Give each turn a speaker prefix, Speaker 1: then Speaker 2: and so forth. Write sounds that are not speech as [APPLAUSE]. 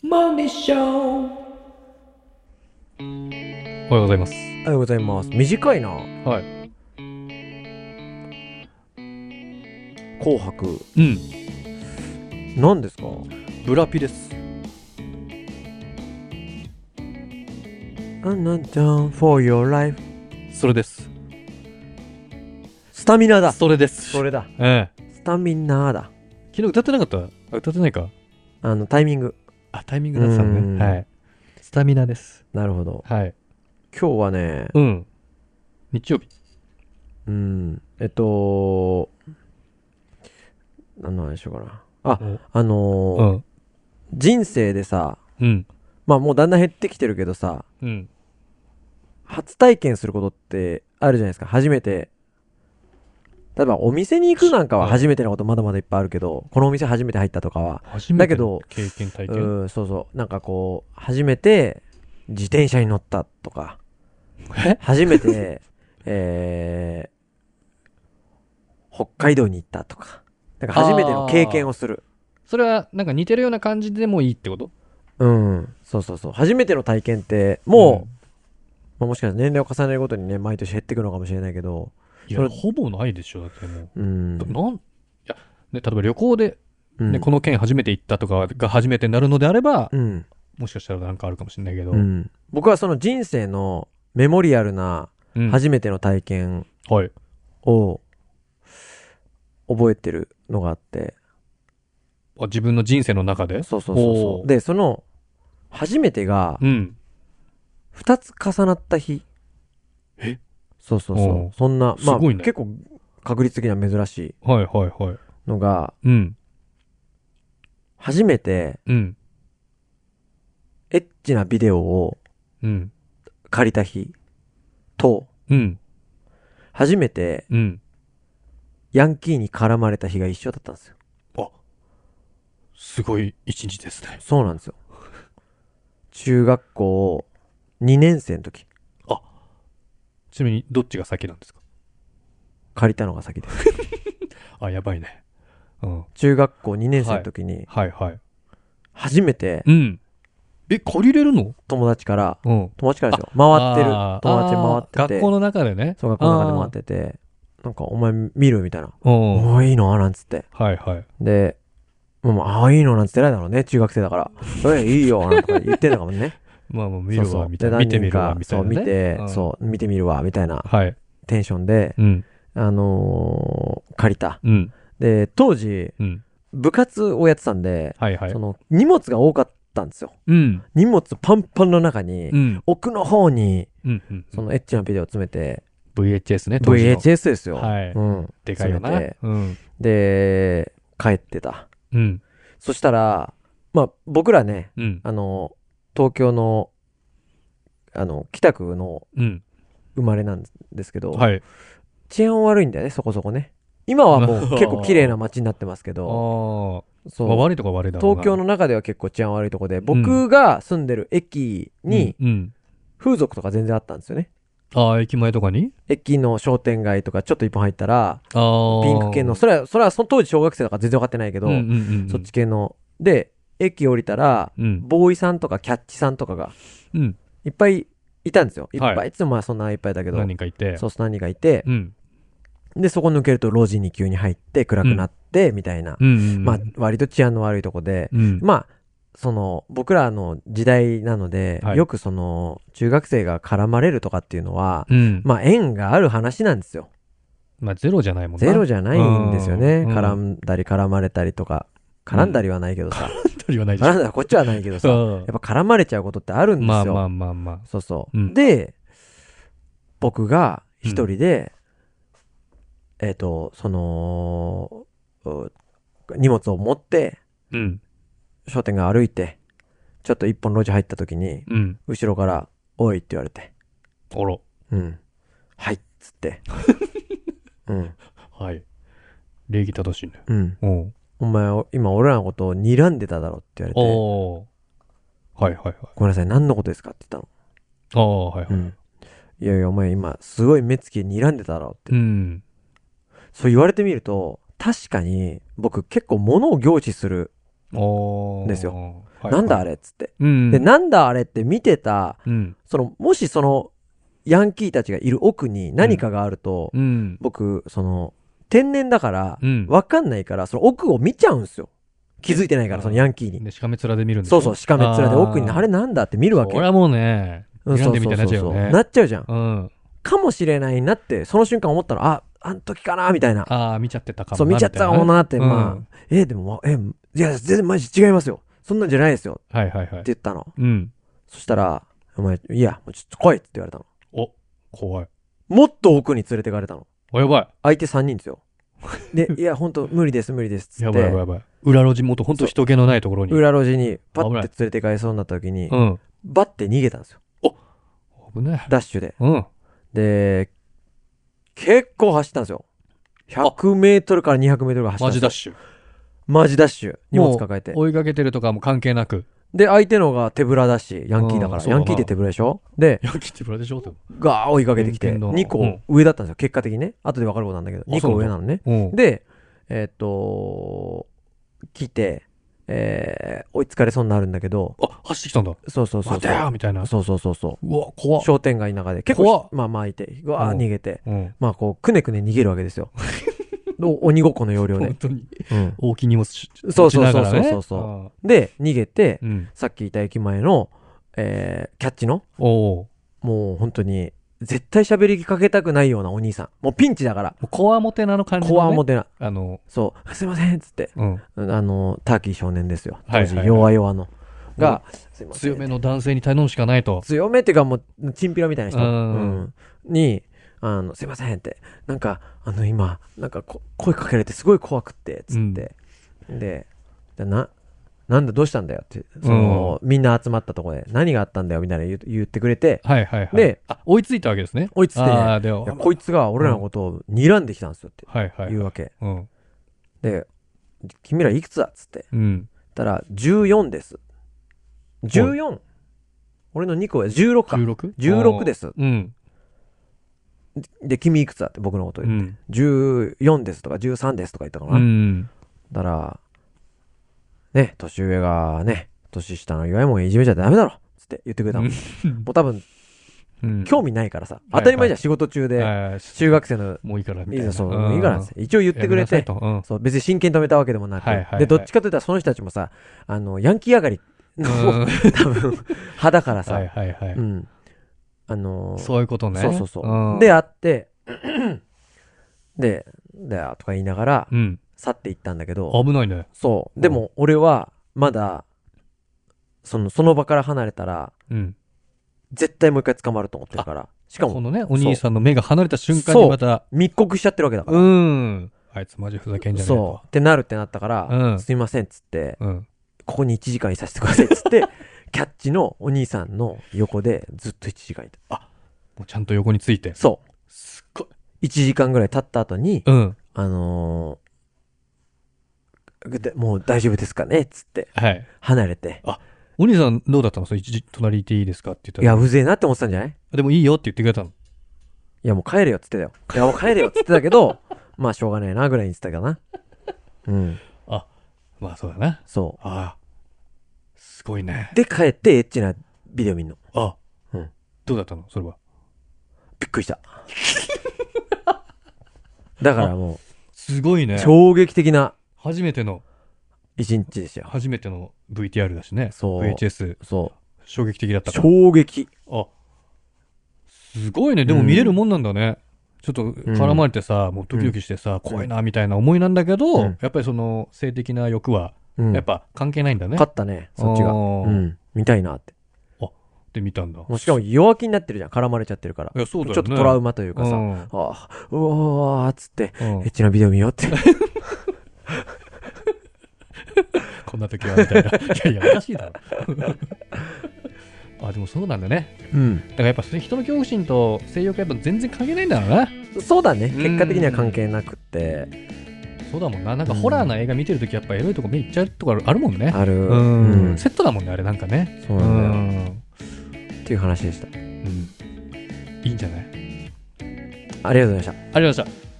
Speaker 1: マネショー
Speaker 2: おはようございます。
Speaker 3: おはようございます。短いな。
Speaker 2: はい。
Speaker 3: 紅白。
Speaker 2: うん。
Speaker 3: 何ですか
Speaker 2: ブラピです。
Speaker 3: あなんちゃん、for your life。
Speaker 2: それです。
Speaker 3: スタミナだ。
Speaker 2: それです。
Speaker 3: それだ。
Speaker 2: ええ
Speaker 3: スタミナだ。
Speaker 2: 昨日歌ってなかったあ、歌ってないか
Speaker 3: あの、タイミング。
Speaker 2: あ、タイミングだったの
Speaker 3: うん
Speaker 2: ね。はい。スタミナです。
Speaker 3: なるほど。
Speaker 2: はい。
Speaker 3: 今日はね、
Speaker 2: うん。日曜日。
Speaker 3: うん、えっと、何の話しようかな。あ
Speaker 2: うん、
Speaker 3: あの
Speaker 2: う
Speaker 3: ー
Speaker 2: ん。
Speaker 3: 人生でさ、
Speaker 2: うん。
Speaker 3: まあもうだんだん減ってきてるけどさ、
Speaker 2: うん。
Speaker 3: 初体験することってあるじゃないですか。初めて。例えばお店に行くなんかは初めてのことまだまだいっぱいあるけど、このお店初めて入ったとかは、
Speaker 2: 初
Speaker 3: だ
Speaker 2: めて
Speaker 3: け
Speaker 2: の
Speaker 3: ど
Speaker 2: 経験体験。
Speaker 3: うん、そうそう。なんかこう、初めて自転車に乗ったとか、
Speaker 2: え
Speaker 3: 初めて、
Speaker 2: [LAUGHS]
Speaker 3: えー、北海道に行ったとか、なんか初めての経験をする。
Speaker 2: それは、なんか似てるような感じでもいいってこと
Speaker 3: うん、そうそうそう。初めての体験って、もう、まあ、もしかしたら年齢を重ねるごとにね、毎年減ってくるのかもしれないけど、
Speaker 2: うん、い
Speaker 3: そ
Speaker 2: や、
Speaker 3: れ
Speaker 2: ほぼないでしょ。だっても
Speaker 3: うん。
Speaker 2: う。なん、いや、ね、例えば旅行で、
Speaker 3: う
Speaker 2: ね、
Speaker 3: ん。
Speaker 2: この県初めて行ったとかが初めてになるのであれば、
Speaker 3: うん。
Speaker 2: もしかしたらなんかあるかもしれないけど。
Speaker 3: うん。僕はその人生のメモリアルな
Speaker 2: うん
Speaker 3: 初めての体験
Speaker 2: はい。
Speaker 3: を覚えてるのがあって、
Speaker 2: あ自分の人生の中で
Speaker 3: そうそうそうそ
Speaker 2: おー
Speaker 3: う。で、その、初めてが、
Speaker 2: うん。
Speaker 3: 二つ重なった日。
Speaker 2: え
Speaker 3: そうそうそ
Speaker 2: お
Speaker 3: う
Speaker 2: う。
Speaker 3: そんな、まあ、
Speaker 2: すごいね
Speaker 3: 結構、確率的には珍しい
Speaker 2: はいはいはい。
Speaker 3: のが、
Speaker 2: うん。
Speaker 3: 初めて、
Speaker 2: うん。
Speaker 3: エッチなビデオを
Speaker 2: うん。
Speaker 3: 借りた日と、
Speaker 2: うん。
Speaker 3: 初めて、
Speaker 2: うん。
Speaker 3: ヤンキーに絡まれた日が一緒だったんですよ。
Speaker 2: あ、すごい一日ですね。
Speaker 3: そうなんですよ。中学校2年生の時、
Speaker 2: ちなみに、どっちが先なんですか
Speaker 3: 借りたのが先です。
Speaker 2: あ、やばいね。うん。
Speaker 3: 中学校2年生の時に、
Speaker 2: はいはい。
Speaker 3: 初めて
Speaker 2: うん。え、借りれるの
Speaker 3: 友達から、
Speaker 2: うん。
Speaker 3: 友達からですよ。回ってる。
Speaker 2: あー
Speaker 3: 友達回って
Speaker 2: あー学
Speaker 3: て
Speaker 2: 校。の中でね。。
Speaker 3: そう、学校の中で回っててて、なんか、お前見るみたいな。
Speaker 2: うん。
Speaker 3: おーいいのなんつって。
Speaker 2: はいはい。
Speaker 3: で、もう、ああ、いいのなんつってないだろうね、中学生だから。え、いいよ、なんとか言ってんだかもね。
Speaker 2: まあもう [LAUGHS] 見
Speaker 3: そう
Speaker 2: る
Speaker 3: そ
Speaker 2: わ、
Speaker 3: う。
Speaker 2: みた
Speaker 3: で
Speaker 2: いな。見てみるわ、
Speaker 3: 何
Speaker 2: みた
Speaker 3: 人
Speaker 2: いな、
Speaker 3: かそう、
Speaker 2: ね。
Speaker 3: 見て、
Speaker 2: うん
Speaker 3: そう、見てみるわ、みたいな
Speaker 2: はい。
Speaker 3: テンションで、
Speaker 2: うん。
Speaker 3: あのー借りた。
Speaker 2: うん。
Speaker 3: で、当時、
Speaker 2: うん。
Speaker 3: 部活をやってたんで、
Speaker 2: はいはい
Speaker 3: そ。の、荷物が多かったんですよ。
Speaker 2: うん。
Speaker 3: 荷物パンパンの中に、
Speaker 2: うん。
Speaker 3: 奥の方に、
Speaker 2: うん。うん
Speaker 3: そのエッチなビデオを詰めて、
Speaker 2: VHS ね、当時の
Speaker 3: VHS ですよ。
Speaker 2: はい
Speaker 3: うん。
Speaker 2: でかいよな。
Speaker 3: 詰めて
Speaker 2: うん。
Speaker 3: で、帰ってた。
Speaker 2: うん。
Speaker 3: そしたら、まあ、僕らね、
Speaker 2: うん。
Speaker 3: あの、東京の、あの、北区の
Speaker 2: うん。
Speaker 3: 生まれなんですけど、
Speaker 2: はい。
Speaker 3: 治安悪いんだよね、そこそこね。今は
Speaker 2: [LAUGHS]
Speaker 3: もう結構綺麗な街になってますけ
Speaker 2: ああ
Speaker 3: ど、
Speaker 2: ー。
Speaker 3: そう
Speaker 2: まあ、悪いとこは悪いだろうな
Speaker 3: 東京の中では結構治安悪いとこで、僕が住んでる駅に
Speaker 2: うんうん
Speaker 3: 風俗とか全然あったんですよね。
Speaker 2: ああ、駅前とかに
Speaker 3: 駅の商店街とかちょっと一本入ったら、
Speaker 2: ああ。
Speaker 3: ピンク系の、それは、それはその当時小学生だから全然わかってないけど、
Speaker 2: うんうんうんうん
Speaker 3: そっち。系の。で、駅降りたら、
Speaker 2: うん。
Speaker 3: ボーイさんとかキャッチさんとかが
Speaker 2: うん。
Speaker 3: いっぱいいたんですよ。いっ
Speaker 2: はい
Speaker 3: ぱい、いつもまあそんないっぱいだけど、
Speaker 2: 何人かいて。
Speaker 3: そうそう何人かいて
Speaker 2: う、ん。
Speaker 3: で、そこ抜けると路地に急に入って暗くなって、みたいな、
Speaker 2: うんうんうん。
Speaker 3: まあ割と治安の悪いとこで、
Speaker 2: うん。
Speaker 3: まあ、その、僕らの時代なので、
Speaker 2: はい
Speaker 3: よくその、中学生が絡まれるとかっていうのは、
Speaker 2: うん。
Speaker 3: まあ縁がある話なんですよ。
Speaker 2: まあ、ゼロじゃないもんな。
Speaker 3: ゼロじゃないんですよね。
Speaker 2: うん
Speaker 3: 絡んだり絡まれたりとか、絡んだりはないけどさ、
Speaker 2: じゃないじゃ
Speaker 3: 絡
Speaker 2: ん。
Speaker 3: んだらこっちはないけどさ、や
Speaker 2: うん
Speaker 3: っぱ絡まれちゃうことってあるんですよ。
Speaker 2: まあまあまあまあ。
Speaker 3: そうそう。
Speaker 2: うん
Speaker 3: で、僕が一人で、えっ、と、その、う荷物を持って、
Speaker 2: うん。
Speaker 3: 商店街歩いて、ちょっと一本路地入った時に、
Speaker 2: うん。
Speaker 3: 後ろから、おいって言われて、
Speaker 2: おろ。
Speaker 3: うん。はいっ
Speaker 2: [LAUGHS]
Speaker 3: つって。うん。
Speaker 2: はい。礼儀正しいね。
Speaker 3: うん。
Speaker 2: おう
Speaker 3: お前、今俺らのことを睨んでただろって言われて、
Speaker 2: おうはいはいはい。
Speaker 3: ごめんなさい、何のことですかって言っ
Speaker 2: ああ、はい
Speaker 3: た
Speaker 2: はい。
Speaker 3: の。うん。いやいや、お前今、すごい目つき睨んでただろって。
Speaker 2: うん。
Speaker 3: そう言われてみると、確かに僕結構物を凝視する。
Speaker 2: おー
Speaker 3: ですよ。
Speaker 4: はい
Speaker 3: なんだあれっつって。
Speaker 2: うん。
Speaker 3: で、なんだあれって見てた、
Speaker 2: うん。
Speaker 3: その、もしその、ヤンキーたちがいる奥に何かがあると、
Speaker 2: うん。
Speaker 3: 僕、その、天然だから
Speaker 2: う、ん。
Speaker 3: わかんないから、その奥を見ちゃうんすよ。気づいてないから、そのヤンキーに。
Speaker 2: で、しかめ面で見るんでし
Speaker 3: そ
Speaker 2: ょ
Speaker 3: うそう、しかめっ面で奥に、あれなんだって見るわけ
Speaker 2: それ。はもうね、
Speaker 3: うん
Speaker 2: 選んでみたいになっちゃうよね
Speaker 3: なっちゃうじゃん。
Speaker 2: うん。
Speaker 3: かもしれないなって、その瞬間思ったの、あ、あの時かな、みたいな。
Speaker 2: ああ、見ちゃってたかもな。
Speaker 3: そう、見ちゃったかも
Speaker 2: み
Speaker 3: なって、
Speaker 2: うん
Speaker 3: まあ、え、でも、え、いや、全然マジ違いますよ。そんなんじゃないですよ。
Speaker 2: たいな。はいはいは
Speaker 3: っ
Speaker 2: い。
Speaker 3: て言ったの。
Speaker 2: うん。
Speaker 3: そしたら、お前、いや、もうちょっと来いって言われたの。
Speaker 2: お、怖い。
Speaker 3: もっと奥に連れてかれたの。
Speaker 2: お、やばい。
Speaker 3: 相手3人ですよ。
Speaker 2: [LAUGHS]
Speaker 3: で、いや、本当無理です、無理です、つ
Speaker 2: や
Speaker 3: っ
Speaker 2: ばいやばい
Speaker 3: て、
Speaker 2: やばい。裏路地元、ほんと人気のないところに。
Speaker 3: 裏路地にパッ
Speaker 2: 危な
Speaker 3: て
Speaker 2: い
Speaker 3: 連れてかれそうになった時に
Speaker 2: う、ん。
Speaker 3: バッて逃げたんですよ。
Speaker 2: 危ねえ。
Speaker 3: ダッシュで。
Speaker 2: うん。
Speaker 3: で、結構走ったんですよ。100メートルから200メートルが走ったん
Speaker 2: マ
Speaker 3: です
Speaker 2: ジ
Speaker 3: よ
Speaker 2: ダッシュ。
Speaker 3: マジダッシュ。荷
Speaker 2: も
Speaker 3: 物
Speaker 2: う
Speaker 3: 抱えて。
Speaker 2: 追いかけてるとかも関係なく。
Speaker 3: で、相手のが手ぶらだし、ヤンキーだか
Speaker 2: うん
Speaker 3: ら。
Speaker 2: そうだ
Speaker 3: ヤ
Speaker 2: な
Speaker 3: ンキーって手ぶらでしょで、
Speaker 2: ヤンキーってブラでしょって。
Speaker 3: ガー追いかけてきて、
Speaker 2: 偏見だな
Speaker 3: 2
Speaker 2: う
Speaker 3: 個
Speaker 2: ん
Speaker 3: 上だったんですよ。結果的にね。後で分かることなんだけど、2個
Speaker 2: そう
Speaker 3: 上
Speaker 2: なんだ
Speaker 3: なのね。
Speaker 2: うん。
Speaker 3: で、えっと、来て、えー追いつかれそうになるんだけど、
Speaker 2: あ、走ってきたんだ。
Speaker 3: そうそうそう
Speaker 2: 待て
Speaker 3: そ
Speaker 2: よ
Speaker 3: う。
Speaker 2: みたいな。
Speaker 3: そうそうそうそう
Speaker 2: わ、怖っ。
Speaker 3: 商店街の中で、結
Speaker 2: 怖
Speaker 3: 構
Speaker 2: っ、
Speaker 3: まあまあいて、うわー
Speaker 2: うん
Speaker 3: 逃げて、
Speaker 2: うん。
Speaker 3: まあこう、くねくね逃げるわけで
Speaker 2: [LAUGHS]
Speaker 3: すよ。お鬼ごっこの要領
Speaker 2: 本
Speaker 3: で。
Speaker 2: 当に。
Speaker 3: うん
Speaker 2: 大きい荷物し
Speaker 3: そう
Speaker 2: 持ち
Speaker 3: そう
Speaker 2: な
Speaker 3: そ
Speaker 2: がら
Speaker 3: うそう
Speaker 2: ね。
Speaker 3: そうそう。で、逃げて、
Speaker 2: うん。うん。
Speaker 3: さっき言った駅前の、えーキャッチの、
Speaker 2: おお。
Speaker 3: もう本当に、絶対喋りかけたくないようなお兄さん。もうピンチだから。
Speaker 2: こわもてなの感じのね
Speaker 3: 怖もてな。
Speaker 2: あの、
Speaker 3: そう、 [LAUGHS] すいませんっつって、
Speaker 2: うん。
Speaker 3: あの、ターキー少年ですよ。
Speaker 2: はいはいは
Speaker 3: 当
Speaker 2: い
Speaker 3: 時、弱々の。が、すいません。
Speaker 2: 強めの男性に頼むしかないと。
Speaker 3: 強めっていうかもう、チンピラみたいな人。
Speaker 2: うん
Speaker 3: うんに、あの、すいませんって、なんか、あの、今、なんかこ、声かけられてすごい怖くって、つって。で、でな、なんだ、どうしたんだよって、その、みんな集まったとこで、何があったんだよ、みたいな言う言ってくれて、
Speaker 2: はいはいはい。
Speaker 3: で
Speaker 2: あ、追いついたわけですね。
Speaker 3: 追いついてね
Speaker 2: ああ、で
Speaker 3: いや
Speaker 2: も、
Speaker 3: こいつが俺らのことを睨んできたんですよって
Speaker 2: はいはい
Speaker 3: 言。うわけ。
Speaker 2: うん。
Speaker 3: で、君らいくつだっつって。
Speaker 2: うん。
Speaker 3: たら、14です。14? 俺の2個上、16か。
Speaker 2: 16?
Speaker 3: 16です
Speaker 2: うん。
Speaker 3: で、君いくつだって僕のこと
Speaker 2: う
Speaker 3: 言う。
Speaker 2: ん。
Speaker 3: 14ですとか13ですとか言ったか
Speaker 2: う
Speaker 3: な。
Speaker 2: ん。
Speaker 3: だから、ね、年上がね、年下の岩井もんいじめちゃダメだろつって言ってくれたの。
Speaker 2: う
Speaker 3: もう多分、
Speaker 2: うん。
Speaker 3: 興味ないからさ。当たり前じゃん、仕事中で。
Speaker 2: はい
Speaker 3: 中学生の、
Speaker 2: もういいからみ
Speaker 3: い
Speaker 2: た
Speaker 3: い
Speaker 2: い
Speaker 3: ぞ
Speaker 2: な。
Speaker 3: そう、いいからです一応言ってくれて
Speaker 2: やめなさい、とうん
Speaker 3: そう、別に真剣に止めたわけでもなく、
Speaker 2: はいはいはい
Speaker 3: で、どっちかというとその人たちもさ、あの、ヤンキー上がりの、
Speaker 2: うん
Speaker 3: [LAUGHS] 多分、派だからさ、。
Speaker 2: はいはいはいう
Speaker 3: ん。あのー
Speaker 2: そういうことね。
Speaker 3: そうそうそう
Speaker 2: うん
Speaker 3: で、、会って、 [CLEARS THROAT] で、で、とか言いながら、
Speaker 2: うん。
Speaker 3: 去っていったんだけど、
Speaker 2: 危ないね。
Speaker 3: そう。でも、俺は、まだ、その、その場から離れたら、
Speaker 2: うん。
Speaker 3: 絶対もう一回捕まると思ってるから。しか
Speaker 2: こ
Speaker 3: も、
Speaker 2: のね、お兄さんの目が離れた瞬間にまた、
Speaker 3: 密告しちゃってるわけだか
Speaker 2: う
Speaker 3: ら。
Speaker 2: ん。あいつマジふざけんじゃねえ
Speaker 3: そ
Speaker 2: と
Speaker 3: う。っ。てなるってなったから、
Speaker 2: うん
Speaker 3: すいませんっつって、
Speaker 2: うん。
Speaker 3: ここに1時間いさせてくださいっ
Speaker 2: [LAUGHS]
Speaker 3: つって、キャッチのお兄さんの横でずっと1時間いた。
Speaker 2: もうちゃんと横について。
Speaker 3: そう。
Speaker 2: すっごい。
Speaker 3: 1時間ぐらい経った後に、
Speaker 2: うん。
Speaker 3: あのーでもう大丈夫ですかねっつって、
Speaker 2: はい。
Speaker 3: 離れて。
Speaker 2: お兄さんどうだったのそれ一時隣いていいですかって言った
Speaker 3: い
Speaker 2: ら。
Speaker 3: や、うぜえなって思ってたんじゃない
Speaker 2: でもいいよって言ってくれたの。
Speaker 3: いや、もう帰れよっつってたよ。いや、もう帰れよっつってたけど、 [LAUGHS] まあ、しょうがないな、ぐらいに言ってたかな。うん、
Speaker 2: まあそうだな。
Speaker 3: そ
Speaker 2: ああ。すごいね
Speaker 3: う。。で、帰って、エッチなビデオ見んの。
Speaker 2: あ、
Speaker 3: うん
Speaker 2: どうだったのそれは。
Speaker 3: びっくり
Speaker 2: [LAUGHS]
Speaker 3: した。だからも、
Speaker 2: すごいうね。
Speaker 3: 衝撃的な
Speaker 2: 初めての、
Speaker 3: 一日でしたよ。
Speaker 2: 初めての VTR だしね。
Speaker 3: そう
Speaker 2: VHS、
Speaker 3: そ
Speaker 2: 衝撃的だっ
Speaker 3: う。
Speaker 2: たから。
Speaker 3: 衝撃。
Speaker 2: あ、すごいね。でも見れるもんなんだね。ちょっと絡まれてさ、もうドキドキしてさ、怖いなみたいな思いなんだけど、
Speaker 3: うん
Speaker 2: やっぱりその性的な欲は、
Speaker 3: うん。
Speaker 2: やっぱ関係ないんだね。
Speaker 3: 勝ったね、そっちが。
Speaker 2: お
Speaker 3: う
Speaker 2: ー
Speaker 3: ん。見たいなって。
Speaker 2: って見たんだ。
Speaker 3: もうしかも弱気になってるじゃん。絡まれちゃってるから。
Speaker 2: いや、そうだよね。
Speaker 3: ちょっとトラウマというかさ、
Speaker 2: うん
Speaker 3: ああ、うわーっつって、
Speaker 2: うん
Speaker 3: エッチなビデオ見ようって。
Speaker 2: こんな時はみたいな。いやいや、おかしいだろ。 [LAUGHS] あ、でもそうなんだね。
Speaker 3: うん。
Speaker 2: だからやっぱそれ人の恐怖心と性欲はやっぱ全然関係ないんだろうな。
Speaker 3: そうだね。
Speaker 2: ん
Speaker 3: 結果的には関係なくって、
Speaker 2: そうだもんな。なんかホラーの映画見てる時やっぱエロいとこ目いっちゃうとこあるもんね。
Speaker 3: ある。
Speaker 2: うん
Speaker 3: うん
Speaker 2: セットだもんね、あれなんかね。
Speaker 3: そう
Speaker 2: う
Speaker 3: なんだよ。
Speaker 2: ん。
Speaker 3: っていう話でした。
Speaker 2: うんいいんじゃない
Speaker 3: ありがとうございました。
Speaker 2: ありがとうございました。